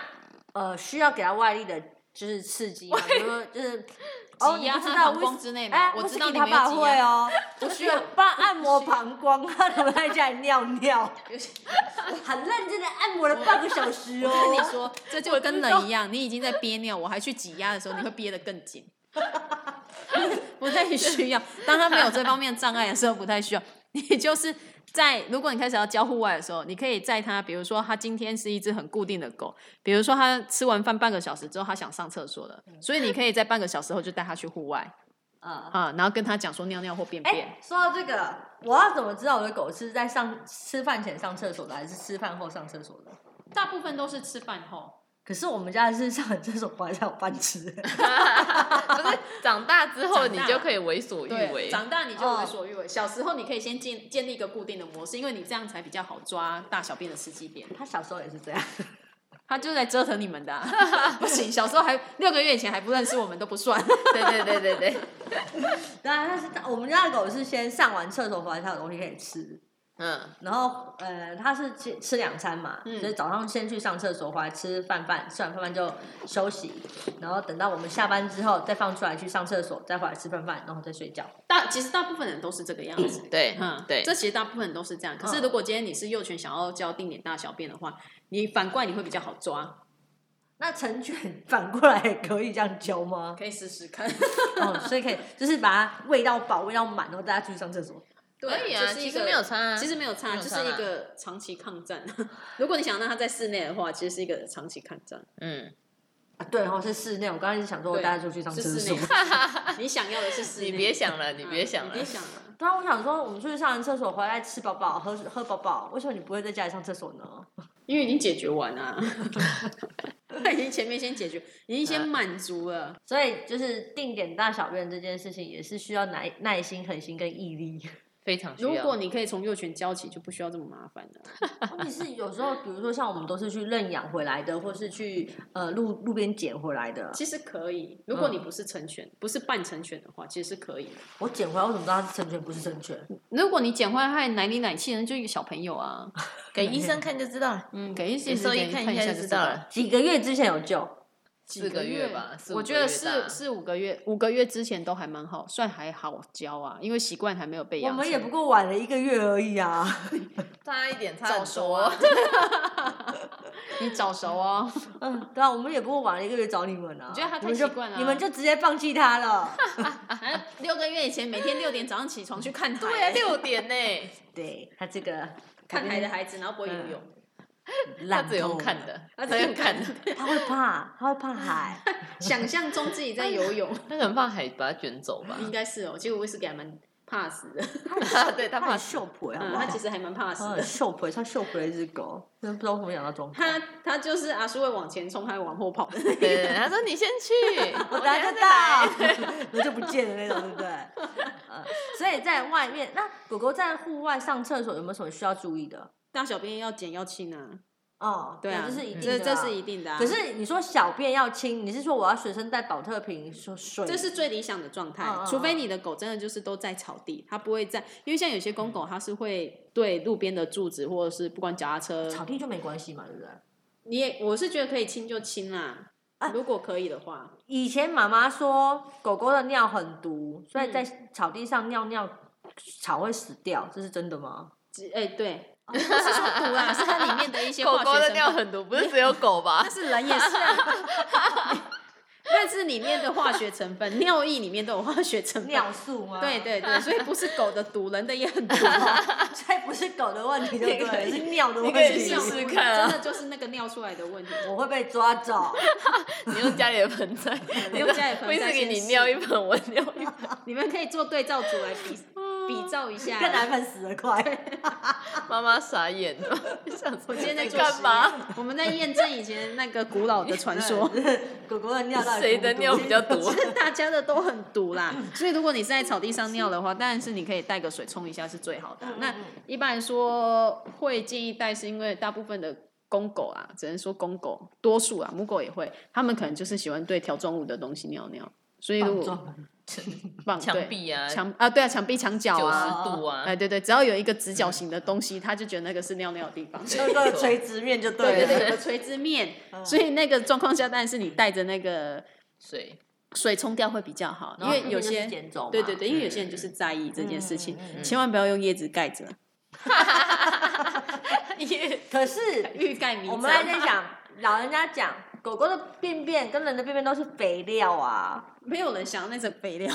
[SPEAKER 3] 呃，需要给他外力的，就是刺激吗，比如说就是哦，
[SPEAKER 2] 挤
[SPEAKER 3] 你
[SPEAKER 2] 压
[SPEAKER 3] 不
[SPEAKER 2] 他
[SPEAKER 3] 知道
[SPEAKER 2] 膀
[SPEAKER 3] 威
[SPEAKER 2] 胱
[SPEAKER 3] 士
[SPEAKER 2] 之内嘛
[SPEAKER 3] 哎，
[SPEAKER 2] 我
[SPEAKER 3] 威
[SPEAKER 2] 知
[SPEAKER 3] 士
[SPEAKER 2] 道
[SPEAKER 3] 忌
[SPEAKER 2] 你
[SPEAKER 3] 他
[SPEAKER 2] 没有
[SPEAKER 3] 爸
[SPEAKER 2] 挤
[SPEAKER 3] 会
[SPEAKER 2] 压
[SPEAKER 3] 哦，不需要 帮他按摩膀胱，他怎么在家里尿尿？很认真的按摩了半个小时哦。
[SPEAKER 2] 跟你 说，这就跟人一样，你已经在憋尿，我还去挤压的时候，你会憋得更 紧。不太需要，当他没有这方面障碍的时候，不太需要。你就是在如果你开始要教户外的时候，你可以在他，比如说他今天是一只很固定的狗，比如说他吃完饭半个小时之后，他想上厕所了，所以你可以在半个小时后就带他去户外
[SPEAKER 3] 啊，
[SPEAKER 2] 啊，然后跟他讲说尿尿或便
[SPEAKER 3] 哎、
[SPEAKER 2] 便。
[SPEAKER 3] 说到这个，我要怎么知道我的狗是在上吃饭前上厕所的，还是吃饭后上厕所的？
[SPEAKER 2] 大部分都是吃饭后，
[SPEAKER 3] 可是我们家是上完厕所回来才有饭吃、
[SPEAKER 1] 不是长大之后
[SPEAKER 2] 长
[SPEAKER 1] 你
[SPEAKER 2] 大
[SPEAKER 1] 就可以为所欲
[SPEAKER 2] 对，
[SPEAKER 1] 为。
[SPEAKER 2] 长大你就
[SPEAKER 3] 哦
[SPEAKER 2] 为所欲为。小时候你可以先建建立一个固定的模式，因为你这样才比较好抓大小便的时机点。
[SPEAKER 3] 他小时候也是这样，
[SPEAKER 2] 他就是来折腾你们的啊、 不行，小时候还六个月以前还不认识我们都不算。
[SPEAKER 1] 对对对对对，
[SPEAKER 3] 当然，但啊是我们家的狗是先上完厕所回来才有东西可以吃。
[SPEAKER 1] 嗯，
[SPEAKER 3] 然后呃，他是吃吃两餐嘛，
[SPEAKER 2] 嗯
[SPEAKER 3] 所以早上先去上厕所，回来吃饭饭，吃完饭饭就休息，然后等到我们下班之后再放出来去上厕所，再回来吃饭饭，然后再睡觉。
[SPEAKER 2] 大其实大部分人都是这个样子。
[SPEAKER 1] 对
[SPEAKER 2] 嗯，
[SPEAKER 1] 对
[SPEAKER 2] 这其实大部分人都是这样。可是如果今天你是幼犬，想要教定点大小便的话，你反过来你会比较好抓，
[SPEAKER 3] 那成犬反过来也可以这样教吗？
[SPEAKER 2] 可以试试看。
[SPEAKER 3] 哦，所以可以就是把它喂到饱，喂到满，然后大家出去上厕所。
[SPEAKER 1] 可以啊，
[SPEAKER 2] 就是一
[SPEAKER 1] 其
[SPEAKER 2] 个
[SPEAKER 1] 实没有差啊，
[SPEAKER 2] 其实没有差，
[SPEAKER 1] 没有
[SPEAKER 2] 就是
[SPEAKER 1] 差
[SPEAKER 2] 一
[SPEAKER 1] 啦
[SPEAKER 2] 个长期抗战。 如果你想让它在室内的话，其实是一个长期抗战。
[SPEAKER 1] 嗯，
[SPEAKER 3] 啊，对哦，是室内。我刚开始想说，
[SPEAKER 2] 对
[SPEAKER 3] 大家出去上厕
[SPEAKER 2] 是室
[SPEAKER 3] 所
[SPEAKER 2] 内。你想要的是室内，
[SPEAKER 1] 你别想了，你
[SPEAKER 2] 嗯
[SPEAKER 1] 别想
[SPEAKER 2] 你
[SPEAKER 1] 了
[SPEAKER 2] 别，想了。
[SPEAKER 3] 对啊，我想说，我们出去上完厕所回来吃饱饱，喝喝饱饱，为什么你不会在家里上厕所呢？
[SPEAKER 2] 因为已经解决完
[SPEAKER 1] 啊
[SPEAKER 2] 了，他 已经前面先解决，已经
[SPEAKER 1] 嗯
[SPEAKER 2] 先满足了。
[SPEAKER 3] 所以就是定点大小便这件事情，也是需要耐耐心、恒心跟毅力。
[SPEAKER 1] 非常需
[SPEAKER 2] 如果
[SPEAKER 1] 要。
[SPEAKER 2] 你可以从幼犬教起，就不需要这么麻 烦了。
[SPEAKER 3] 问题是有时候，比如说像我们都是去认养回来的，或是去呃路路边捡回来的。
[SPEAKER 2] 其实可以，
[SPEAKER 1] 嗯
[SPEAKER 2] 如果你不是成犬，不是半成犬的话，其实是可以的。
[SPEAKER 3] 我捡回来，我怎么知道它是成犬不是成犬？
[SPEAKER 2] 如果你捡回来还奶里奶气，那就一个小朋友啊。
[SPEAKER 1] 给医生看就知道了，
[SPEAKER 2] 嗯，给一些
[SPEAKER 1] 给兽 医看一下就知道了。。
[SPEAKER 3] 几个月之前有救，
[SPEAKER 1] 四个月吧四五
[SPEAKER 2] 我
[SPEAKER 1] 个
[SPEAKER 2] 觉得
[SPEAKER 1] 月
[SPEAKER 2] 四
[SPEAKER 1] 大
[SPEAKER 2] 四五个月，五个月之前都还蛮好，算还好教啊，因为习惯还没有被
[SPEAKER 3] 我
[SPEAKER 2] 养成。
[SPEAKER 3] 们也不过晚了一个月而已啊。
[SPEAKER 1] 差一 点，差
[SPEAKER 2] 早
[SPEAKER 1] 很
[SPEAKER 2] 熟
[SPEAKER 1] 多
[SPEAKER 2] 啊。， 你早熟哦。
[SPEAKER 3] 嗯，对啊，我们也不过晚了一个月找你们啊。
[SPEAKER 2] 你觉得他太
[SPEAKER 3] 们就
[SPEAKER 2] 习惯了啊
[SPEAKER 3] 你们就直接放弃他 了。
[SPEAKER 2] 啊， 六个月以前每天六点早上起床去看台，
[SPEAKER 1] 对啊，六点呢，
[SPEAKER 3] 对他这 个
[SPEAKER 2] 看台的孩子，然后不会游泳，
[SPEAKER 1] 嗯他
[SPEAKER 3] 烂
[SPEAKER 1] 只
[SPEAKER 3] 透
[SPEAKER 1] 用
[SPEAKER 3] 了
[SPEAKER 1] 看，的，
[SPEAKER 2] 嗯
[SPEAKER 1] 他
[SPEAKER 2] 他只
[SPEAKER 1] 只
[SPEAKER 2] 用
[SPEAKER 1] 用
[SPEAKER 2] 看
[SPEAKER 1] 看
[SPEAKER 2] 的
[SPEAKER 1] 的，
[SPEAKER 3] 他会怕，他会怕 海。
[SPEAKER 2] 想象中自己在游泳，
[SPEAKER 1] 他可能怕海把它卷走吧。
[SPEAKER 2] 应该是哦。其实我也是给还蛮怕死的，
[SPEAKER 1] 对 他
[SPEAKER 3] 它
[SPEAKER 1] 怕
[SPEAKER 3] 很秀婆，好
[SPEAKER 2] 嗯，
[SPEAKER 3] 不好？
[SPEAKER 2] 他其实还蛮怕死
[SPEAKER 3] 它很
[SPEAKER 2] 的。
[SPEAKER 3] 秀婆，像秀婆的一只狗，真的不知道为什么养到中国。
[SPEAKER 2] 他他就是阿叔会往前冲，他会往后跑的。
[SPEAKER 1] 对对，对他说你先去，
[SPEAKER 3] 我
[SPEAKER 1] 我
[SPEAKER 3] 等下
[SPEAKER 1] 下
[SPEAKER 3] 就
[SPEAKER 1] 再来
[SPEAKER 3] 到，然后就不见 了那种，对不对？呃，所以在外面，那狗狗在户外上厕所有没有什么需要注意的？
[SPEAKER 2] 大小便要捡要清啊，
[SPEAKER 3] 哦，
[SPEAKER 2] 对啊，
[SPEAKER 3] 这是一定的
[SPEAKER 2] 这
[SPEAKER 3] 啊，
[SPEAKER 2] 这是一定的啊。
[SPEAKER 3] 可是你说小便要清，你是说我要随身带保特瓶说水？
[SPEAKER 2] 这是最理想的状态，
[SPEAKER 3] 嗯嗯嗯
[SPEAKER 2] 除非你的狗真的就是都在草地，它不会在，因为像有些公
[SPEAKER 1] 嗯
[SPEAKER 2] 狗它是会对路边的柱子或者是不管脚踏车，
[SPEAKER 3] 草地就没关系嘛，对不对？
[SPEAKER 2] 你也我是觉得可以亲就亲啦，
[SPEAKER 3] 啊
[SPEAKER 2] 如果可以的话，
[SPEAKER 3] 以前妈妈说狗狗的尿很毒，所以在草地上尿尿草会死掉，这是真的吗？
[SPEAKER 2] 只哎、 对，哦不是说毒啦，是它里面的一些
[SPEAKER 1] 啊狗
[SPEAKER 2] 化学
[SPEAKER 1] 狗的
[SPEAKER 2] 成
[SPEAKER 1] 尿
[SPEAKER 2] 分，
[SPEAKER 1] 很毒，不是只有狗吧
[SPEAKER 2] 但？是人也是、啊。 但是里面的化学成分，尿液里面都有化学成分，
[SPEAKER 1] 啊
[SPEAKER 3] 尿素吗？
[SPEAKER 2] 对，对对，所以不是狗的毒，人的也很毒。
[SPEAKER 3] 所以不是狗的问题，对不对？是尿的问
[SPEAKER 1] 你 可以
[SPEAKER 3] 题。
[SPEAKER 1] 试试看啊
[SPEAKER 2] 真的就是那个尿出来的问题。
[SPEAKER 3] 我会被抓走。
[SPEAKER 1] 你用家里的盆栽，你
[SPEAKER 2] 用家里的盆 栽
[SPEAKER 1] 威士忌
[SPEAKER 2] 先
[SPEAKER 1] 你
[SPEAKER 2] 试
[SPEAKER 1] 尿一盆，我尿一 盆，
[SPEAKER 2] 你们可以做对照组来比比照一下。
[SPEAKER 3] 看奶粉死得快，
[SPEAKER 1] 妈妈傻眼 了，想说
[SPEAKER 2] 我今天在
[SPEAKER 1] 你
[SPEAKER 2] 做
[SPEAKER 1] 干嘛？
[SPEAKER 2] 实验？我们在验证以前那个古老的传说，
[SPEAKER 3] 狗狗的尿到底
[SPEAKER 1] 谁的
[SPEAKER 3] 毒不
[SPEAKER 1] 尿比较毒？
[SPEAKER 2] 大家的都很毒啦。所以如果你是在草地上尿的话，当然是你可以带个水冲一下是最
[SPEAKER 1] 嗯
[SPEAKER 2] 好的。那一般来说会建议带，是因为大部分的。公狗啊，只能说公狗多数啊，母狗也会，他们可能就是喜欢对条状物的东西尿尿，所以如
[SPEAKER 3] 撞
[SPEAKER 2] 果棒
[SPEAKER 1] 墙
[SPEAKER 2] 对
[SPEAKER 1] 壁啊，
[SPEAKER 2] 墙啊，对啊，墙壁、墙角
[SPEAKER 1] 九
[SPEAKER 2] 啊，
[SPEAKER 1] 十嗯度啊，
[SPEAKER 2] 哎，对对，只要有一个直角形的东西，他就觉得那个是尿尿的地方。
[SPEAKER 3] 那个垂直面就对
[SPEAKER 2] 对
[SPEAKER 3] 了。
[SPEAKER 2] 对，有个垂直面，
[SPEAKER 3] 嗯
[SPEAKER 2] 所以那个状况下，但是你带着那个
[SPEAKER 1] 水
[SPEAKER 2] 水冲掉会比较好，因
[SPEAKER 3] 然后
[SPEAKER 2] 为
[SPEAKER 3] 那
[SPEAKER 2] 有
[SPEAKER 3] 边就是
[SPEAKER 2] 些
[SPEAKER 3] 捡走嘛
[SPEAKER 2] 对对对，因为有些人就是在意这件事情
[SPEAKER 3] 嗯嗯嗯，嗯
[SPEAKER 2] 千万不要用叶子盖着，
[SPEAKER 3] 可是
[SPEAKER 2] 欲盖弥
[SPEAKER 3] 我
[SPEAKER 2] 彰。
[SPEAKER 3] 们还在想，老人家讲狗狗的便便跟人的便便都是肥料 啊。
[SPEAKER 2] 没有人想要那种肥料，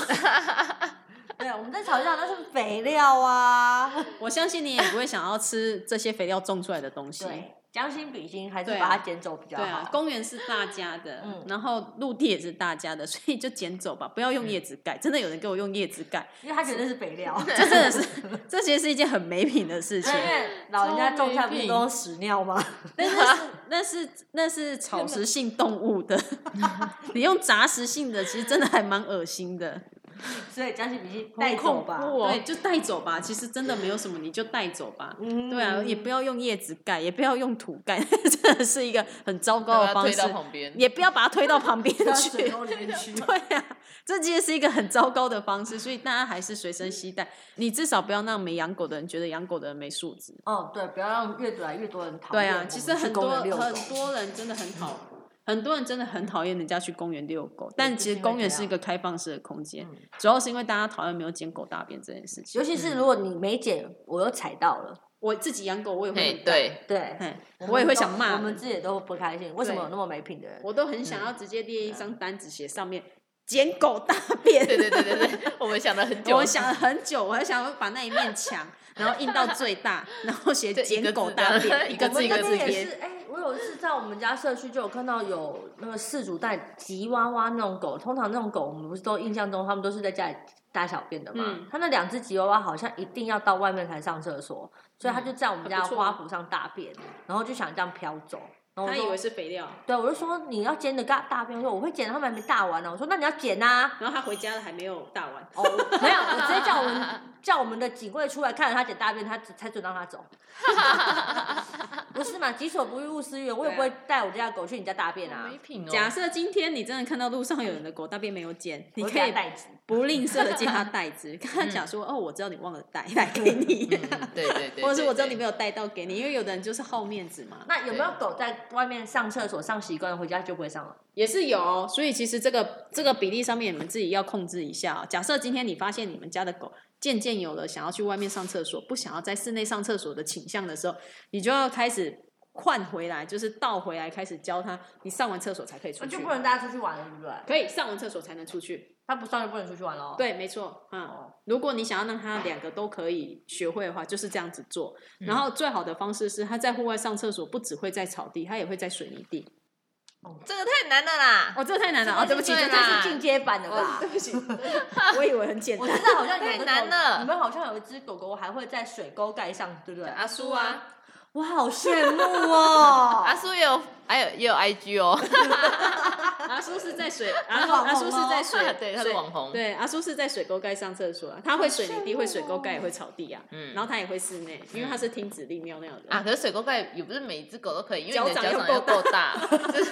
[SPEAKER 3] 对，我们在吵架那是肥料 啊。
[SPEAKER 2] 我相信你也不会想要吃这些肥料种出来的东西。
[SPEAKER 3] 对，将心比心，还是
[SPEAKER 2] 对啊
[SPEAKER 3] 把它捡走比较
[SPEAKER 2] 对啊
[SPEAKER 3] 好，。
[SPEAKER 2] 公园是大家的，
[SPEAKER 3] 嗯
[SPEAKER 2] 然后陆地也是大家的，所以就捡走吧，不要
[SPEAKER 3] 嗯
[SPEAKER 2] 用叶子盖。真的有人给我用叶子 盖，
[SPEAKER 3] 因为他觉得是肥 料。
[SPEAKER 2] 这真的是，这其实是一件很没品的事情
[SPEAKER 3] 对，。因为老人家种菜不是都屎尿吗？
[SPEAKER 2] 但是那是那是那是草食性动物 的，你用杂食性的，其实真的还蛮恶心的。
[SPEAKER 3] 所以将心比心，带走吧。
[SPEAKER 1] 恐怖哦
[SPEAKER 2] 对，就带走吧，其实真的没有什么，你就带走吧。
[SPEAKER 3] 嗯
[SPEAKER 2] 对啊，也不要用叶子盖，也不要用土盖， 真的是一个很糟糕
[SPEAKER 1] 把
[SPEAKER 2] 的
[SPEAKER 1] 它
[SPEAKER 2] 方
[SPEAKER 1] 推
[SPEAKER 2] 式
[SPEAKER 1] 到。旁边，
[SPEAKER 2] 也不 要把它推到旁边
[SPEAKER 3] 到水
[SPEAKER 2] 去。
[SPEAKER 3] 沟里面 去。
[SPEAKER 2] 对呀、啊，这其实是一个很糟糕的方式，所以大家还是随身携带。你至少不要让没养狗的人觉得养狗的人没素质。
[SPEAKER 3] 哦，对，不要让越来越多人讨
[SPEAKER 2] 对
[SPEAKER 3] 厌我
[SPEAKER 2] 啊，
[SPEAKER 3] 们
[SPEAKER 2] 其
[SPEAKER 3] 去
[SPEAKER 2] 实很
[SPEAKER 3] 公
[SPEAKER 2] 多
[SPEAKER 3] 园遛狗
[SPEAKER 2] 很多人真的很讨，很多人真的很讨厌人家去公园遛狗，但
[SPEAKER 3] 就是
[SPEAKER 2] 其
[SPEAKER 3] 因
[SPEAKER 2] 实
[SPEAKER 3] 为
[SPEAKER 2] 公
[SPEAKER 3] 这
[SPEAKER 2] 园
[SPEAKER 3] 样
[SPEAKER 2] 是一个开放式的空间
[SPEAKER 3] 嗯，
[SPEAKER 2] 主要是因为大家讨厌没有捡狗大便这件事情。
[SPEAKER 3] 尤其是如果你没捡，我又踩到了，
[SPEAKER 2] 我自己养狗，我也会
[SPEAKER 1] 哎
[SPEAKER 2] 很，
[SPEAKER 1] 对，
[SPEAKER 3] 对，
[SPEAKER 2] 干，
[SPEAKER 3] 我
[SPEAKER 2] 嘿
[SPEAKER 3] 们
[SPEAKER 2] 我也会
[SPEAKER 3] 都
[SPEAKER 2] 想骂
[SPEAKER 3] 我们嗯
[SPEAKER 2] 人，
[SPEAKER 3] 自己也都不开心。为什么
[SPEAKER 2] 对
[SPEAKER 3] 有那么没品的人？
[SPEAKER 2] 我都很想要直接列一张单子，写上面捡狗大便。
[SPEAKER 1] 对对对对对， 我们想了很久，
[SPEAKER 2] 我想了很久，我还想要把那一面墙，然后印到最大，然 后写
[SPEAKER 1] 就一
[SPEAKER 2] 捡
[SPEAKER 1] 个
[SPEAKER 2] 狗
[SPEAKER 1] 字
[SPEAKER 2] 大
[SPEAKER 1] 这样
[SPEAKER 2] 便，一个
[SPEAKER 1] 我
[SPEAKER 2] 字
[SPEAKER 1] 们
[SPEAKER 2] 一
[SPEAKER 1] 这
[SPEAKER 2] 个
[SPEAKER 1] 边
[SPEAKER 2] 字
[SPEAKER 3] 也
[SPEAKER 2] 贴
[SPEAKER 3] 是，。哎、我有一次在我们家社区就有看到有那个饲主带吉娃娃那种狗，通常那种狗我们不是都印象中他们都是在家里大小便的嘛。
[SPEAKER 2] 嗯
[SPEAKER 3] 他那两只吉娃娃好像一定要到外面才上厕所，所以他就在我们家
[SPEAKER 2] 很
[SPEAKER 3] 的
[SPEAKER 2] 嗯不错
[SPEAKER 3] 花圃上大便，然后就想这样飘走。然后我
[SPEAKER 2] 他
[SPEAKER 3] 说
[SPEAKER 2] 以为是肥料，
[SPEAKER 3] 对，我就说你要捡你的大大便，我说我会捡，他们还没大完呢、我说那你要捡 啊。
[SPEAKER 2] 然后他回家了还没有大完。
[SPEAKER 3] 哦，没有，我直接叫我们叫我们的警卫出来看着他捡大便，他只才准让他走。不是嘛？己所不欲，勿施于人。我也不会带啊我家的狗去你家 大便啊。
[SPEAKER 1] 没品哦，
[SPEAKER 2] 假设今天你真的看到路上有人的狗大便没有捡，你
[SPEAKER 3] 我会
[SPEAKER 2] 可
[SPEAKER 3] 给
[SPEAKER 2] 以
[SPEAKER 3] 他带子，
[SPEAKER 2] 不吝啬的借他袋子，跟他讲说：“哦，我知道你忘了带，来给你。啊
[SPEAKER 1] 嗯嗯对对对对，
[SPEAKER 2] 或者是我知道你
[SPEAKER 1] 对
[SPEAKER 2] 没有带到给你，因为有的人就是好面子嘛，
[SPEAKER 3] 那有没有狗在外面上厕所上习惯了，回家就不会上了？
[SPEAKER 2] 也是有。所以其实这个这个比例上面，你们自己要控制一下、哦。假设今天你发现你们家的狗渐渐有了想要去外面上厕所，不想要在室内上厕所的倾向的时候，你就要开始换回来，就是倒回来，开始教它，你上完厕所才可以出去
[SPEAKER 3] 啊就，不能带它出去玩了，对不对？
[SPEAKER 2] 可以上完厕所才能出去。
[SPEAKER 3] 它不上就不能出去玩哦喽。，
[SPEAKER 2] 对，没错，嗯，如果你想要让他两个都可以学会的话，就是这样子做。然后最好的方式是，他在户外上厕所不只会在草地，他也会在水泥地。
[SPEAKER 1] 这个太难了啦，
[SPEAKER 2] 哦，这个太难了哦，对不起，
[SPEAKER 1] 这
[SPEAKER 2] 这
[SPEAKER 1] 个
[SPEAKER 2] 个
[SPEAKER 1] 啦
[SPEAKER 3] 这是进阶版的啊吧？
[SPEAKER 2] 对不起，我以为很简
[SPEAKER 3] 我
[SPEAKER 2] 单
[SPEAKER 3] 知。道好像有
[SPEAKER 1] 太
[SPEAKER 3] 一个
[SPEAKER 1] 难
[SPEAKER 3] 狗
[SPEAKER 1] 了
[SPEAKER 3] 你们好像有一只狗狗还会在水沟盖上，对不对？
[SPEAKER 1] 阿苏啊，
[SPEAKER 3] 我好羡 慕哦！
[SPEAKER 1] 阿苏也有，还有也有 IG 哦，，
[SPEAKER 2] 阿叔是在水， 阿叔
[SPEAKER 3] 网
[SPEAKER 2] 阿
[SPEAKER 3] 红
[SPEAKER 2] 叔是在水
[SPEAKER 1] 哦 对他是
[SPEAKER 2] 水
[SPEAKER 1] 网红
[SPEAKER 2] 对，阿叔是在水沟盖上厕所啊，他会水泥地，
[SPEAKER 3] 羡
[SPEAKER 2] 会水
[SPEAKER 3] 慕
[SPEAKER 2] 沟
[SPEAKER 3] 哦
[SPEAKER 2] 盖，也会草地啊，
[SPEAKER 1] 嗯
[SPEAKER 2] 然后他也会室内，因为他是听指令尿尿的
[SPEAKER 1] 啊，可是水沟盖也不是每一只狗都可以，因为
[SPEAKER 2] 脚
[SPEAKER 1] 你的
[SPEAKER 2] 掌
[SPEAKER 1] 脚
[SPEAKER 2] 又
[SPEAKER 1] 掌要
[SPEAKER 2] 够
[SPEAKER 1] 够大，就是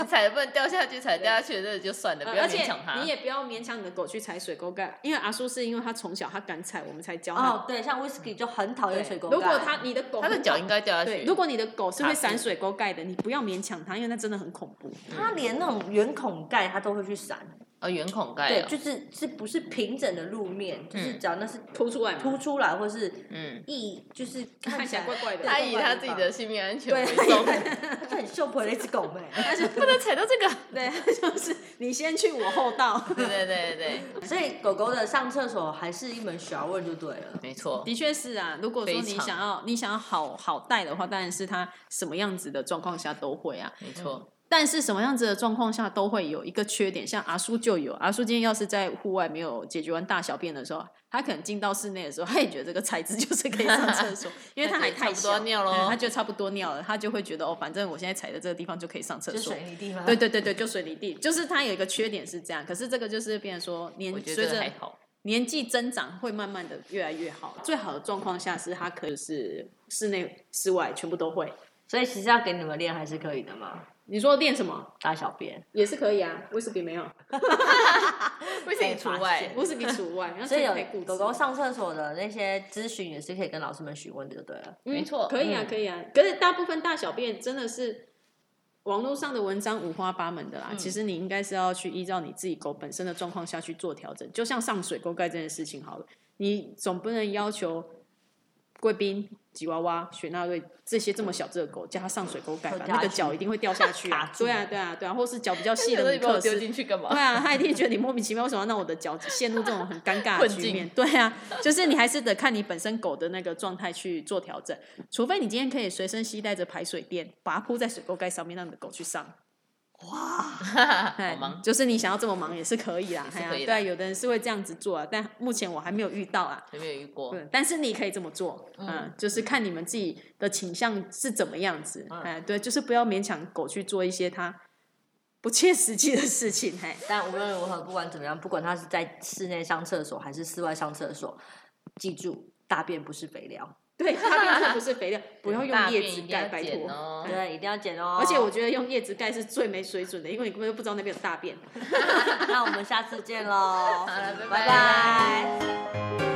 [SPEAKER 1] 你踩得不能掉下去，踩得掉下去这就算了，
[SPEAKER 2] 呃
[SPEAKER 1] 不要
[SPEAKER 2] 而且
[SPEAKER 1] 勉强它
[SPEAKER 2] 你。也不要勉强你的狗去踩水沟盖，因为阿叔是因为他从小他敢踩，我们才教他。
[SPEAKER 3] 哦，对，像 whisky 就很讨
[SPEAKER 2] 对
[SPEAKER 3] 厌水沟盖。
[SPEAKER 2] 如果他你的狗
[SPEAKER 1] 它的
[SPEAKER 2] 很
[SPEAKER 1] 脚应该掉下
[SPEAKER 2] 对，
[SPEAKER 1] 去。
[SPEAKER 2] 如果你的狗是会
[SPEAKER 1] 卡
[SPEAKER 2] 闪
[SPEAKER 1] 住
[SPEAKER 2] 水沟盖的，你不要勉强它，因为那真的很恐怖。
[SPEAKER 3] 他连那种圆孔盖他都会去闪，
[SPEAKER 1] 哦，圆孔盖、
[SPEAKER 3] 对，
[SPEAKER 1] 哦，
[SPEAKER 3] 就是是不是平整的路面，就是
[SPEAKER 1] 嗯
[SPEAKER 3] 只要那是
[SPEAKER 2] 凸出来嘛，
[SPEAKER 3] 凸出来或是
[SPEAKER 1] 嗯，
[SPEAKER 3] 异，就是
[SPEAKER 2] 看
[SPEAKER 3] 看
[SPEAKER 2] 起
[SPEAKER 3] 起
[SPEAKER 2] 来
[SPEAKER 3] 来
[SPEAKER 2] 怪怪的
[SPEAKER 3] 对
[SPEAKER 1] 他以他自己的性命安全为
[SPEAKER 3] 对，
[SPEAKER 1] 重，
[SPEAKER 3] 他很秀婆的一只狗妹。
[SPEAKER 2] 但是
[SPEAKER 1] 不能踩到这个。
[SPEAKER 2] 对， 就是你先去我后到。
[SPEAKER 1] 对对对对对，
[SPEAKER 3] 所以狗狗的上厕所还是一门学问就对了。
[SPEAKER 1] 没错，
[SPEAKER 2] 的确是啊，如果说
[SPEAKER 1] 非
[SPEAKER 2] 你
[SPEAKER 1] 常
[SPEAKER 2] 想要你想要好好带的话，当然是它什么样子的状况下都会啊。
[SPEAKER 1] 没错，
[SPEAKER 2] 但是什么样子的状况下都会有一个缺点，像阿叔就有，阿叔今天要是在户外没有解决完大小便的时候，他可能进到室内的时候，他也觉得这个材质就是可以上厕所，因为他还太
[SPEAKER 1] 差不多
[SPEAKER 2] 小，
[SPEAKER 1] 尿咯
[SPEAKER 2] 嗯他就差不多尿了，他就会觉得哦，反正我现在踩的这个地方就可以上厕
[SPEAKER 3] 就
[SPEAKER 2] 所
[SPEAKER 3] 水。泥地吗？
[SPEAKER 2] 对对对对，就水泥地，就是它有一个缺点是这样，可是这个就是变成说年
[SPEAKER 1] 我觉
[SPEAKER 2] 嗯随
[SPEAKER 1] 得
[SPEAKER 2] 着
[SPEAKER 1] 还 好。
[SPEAKER 2] 年纪增长会慢慢的越来越好。最好的状况下是它可以是室内、室外全部都会。
[SPEAKER 3] 所以其实要给你们练还是可以的嘛，
[SPEAKER 2] 你说练什么
[SPEAKER 3] 大小便。
[SPEAKER 2] 也是可以啊，威士忌没有，
[SPEAKER 1] 为什么除外？
[SPEAKER 2] 威士忌 除外，然后
[SPEAKER 3] 所以
[SPEAKER 2] 这个可以
[SPEAKER 3] 有
[SPEAKER 2] 固
[SPEAKER 3] 狗
[SPEAKER 2] 执
[SPEAKER 3] 狗上厕所的那些咨询也是可以跟老师们询问的，就对了。
[SPEAKER 2] 嗯
[SPEAKER 1] 没错
[SPEAKER 2] 可以啊，
[SPEAKER 3] 嗯
[SPEAKER 2] 可以啊。可是大部分大小便真的是网络上的文章五花八门的啦。
[SPEAKER 3] 嗯
[SPEAKER 2] 其实你应该是要去依照你自己狗本身的状况下去做调整，就像上水沟盖这件事情好了，你总不能要求贵宾、吉娃娃、雪纳瑞这些这么小只的
[SPEAKER 3] 嗯
[SPEAKER 2] 狗叫它上水沟盖
[SPEAKER 3] 都
[SPEAKER 2] 吧，
[SPEAKER 3] 掉
[SPEAKER 2] 那个
[SPEAKER 3] 下去
[SPEAKER 2] 脚一定会掉下 去
[SPEAKER 3] 卡
[SPEAKER 2] 啊。
[SPEAKER 3] 住
[SPEAKER 2] 对啊，对啊，对啊，或是脚比较细
[SPEAKER 1] 记
[SPEAKER 2] 的
[SPEAKER 1] 得
[SPEAKER 2] 米
[SPEAKER 1] 你把我
[SPEAKER 2] 克
[SPEAKER 1] 丢
[SPEAKER 2] 斯，
[SPEAKER 1] 进去干嘛？
[SPEAKER 2] 对啊，他一定觉得你莫名其妙，为什么要让我的脚陷入这种很尴尬的
[SPEAKER 1] 困
[SPEAKER 2] 局
[SPEAKER 1] 境
[SPEAKER 2] 面？对啊，就是你还是得看你本身狗的那个状态去做调整，除非你今天可以随身携带着排水垫，把它铺在水沟盖上面，让你的狗去上。
[SPEAKER 1] 好
[SPEAKER 2] 哎
[SPEAKER 1] 忙，
[SPEAKER 2] 就是你想要这么忙也是可以啦，
[SPEAKER 1] 也
[SPEAKER 2] 哎
[SPEAKER 1] 是
[SPEAKER 2] 呀
[SPEAKER 1] 可以
[SPEAKER 2] 对
[SPEAKER 1] 的
[SPEAKER 2] 啊，有的人是会这样子做啊，但目前我还没有遇到啊。
[SPEAKER 1] 有没有遇过？
[SPEAKER 2] 对，但是你可以这么做，嗯、就是看你们自己的倾向是怎么样子，
[SPEAKER 3] 嗯
[SPEAKER 2] 哎，对，就是不要勉强狗去做一些它不切实际的事情，嘿，
[SPEAKER 3] 但无论如何，不管怎么样，不管它是在室内上厕所还是室外上厕所，记住大便不是肥料，
[SPEAKER 2] 对，它变成不是肥料，不要用
[SPEAKER 1] 大
[SPEAKER 2] 叶
[SPEAKER 1] 便一
[SPEAKER 2] 子
[SPEAKER 1] 定
[SPEAKER 2] 盖，
[SPEAKER 1] 要
[SPEAKER 2] 拜
[SPEAKER 1] 剪
[SPEAKER 2] 托。嗯
[SPEAKER 1] 哦。
[SPEAKER 3] 对，一定要剪哦。
[SPEAKER 2] 而且我觉得用叶子盖是最没水准的，因为你根本就不知道那边有大便。
[SPEAKER 3] 那我们下次见
[SPEAKER 1] 好
[SPEAKER 3] 喽，
[SPEAKER 1] 了拜拜
[SPEAKER 3] 拜拜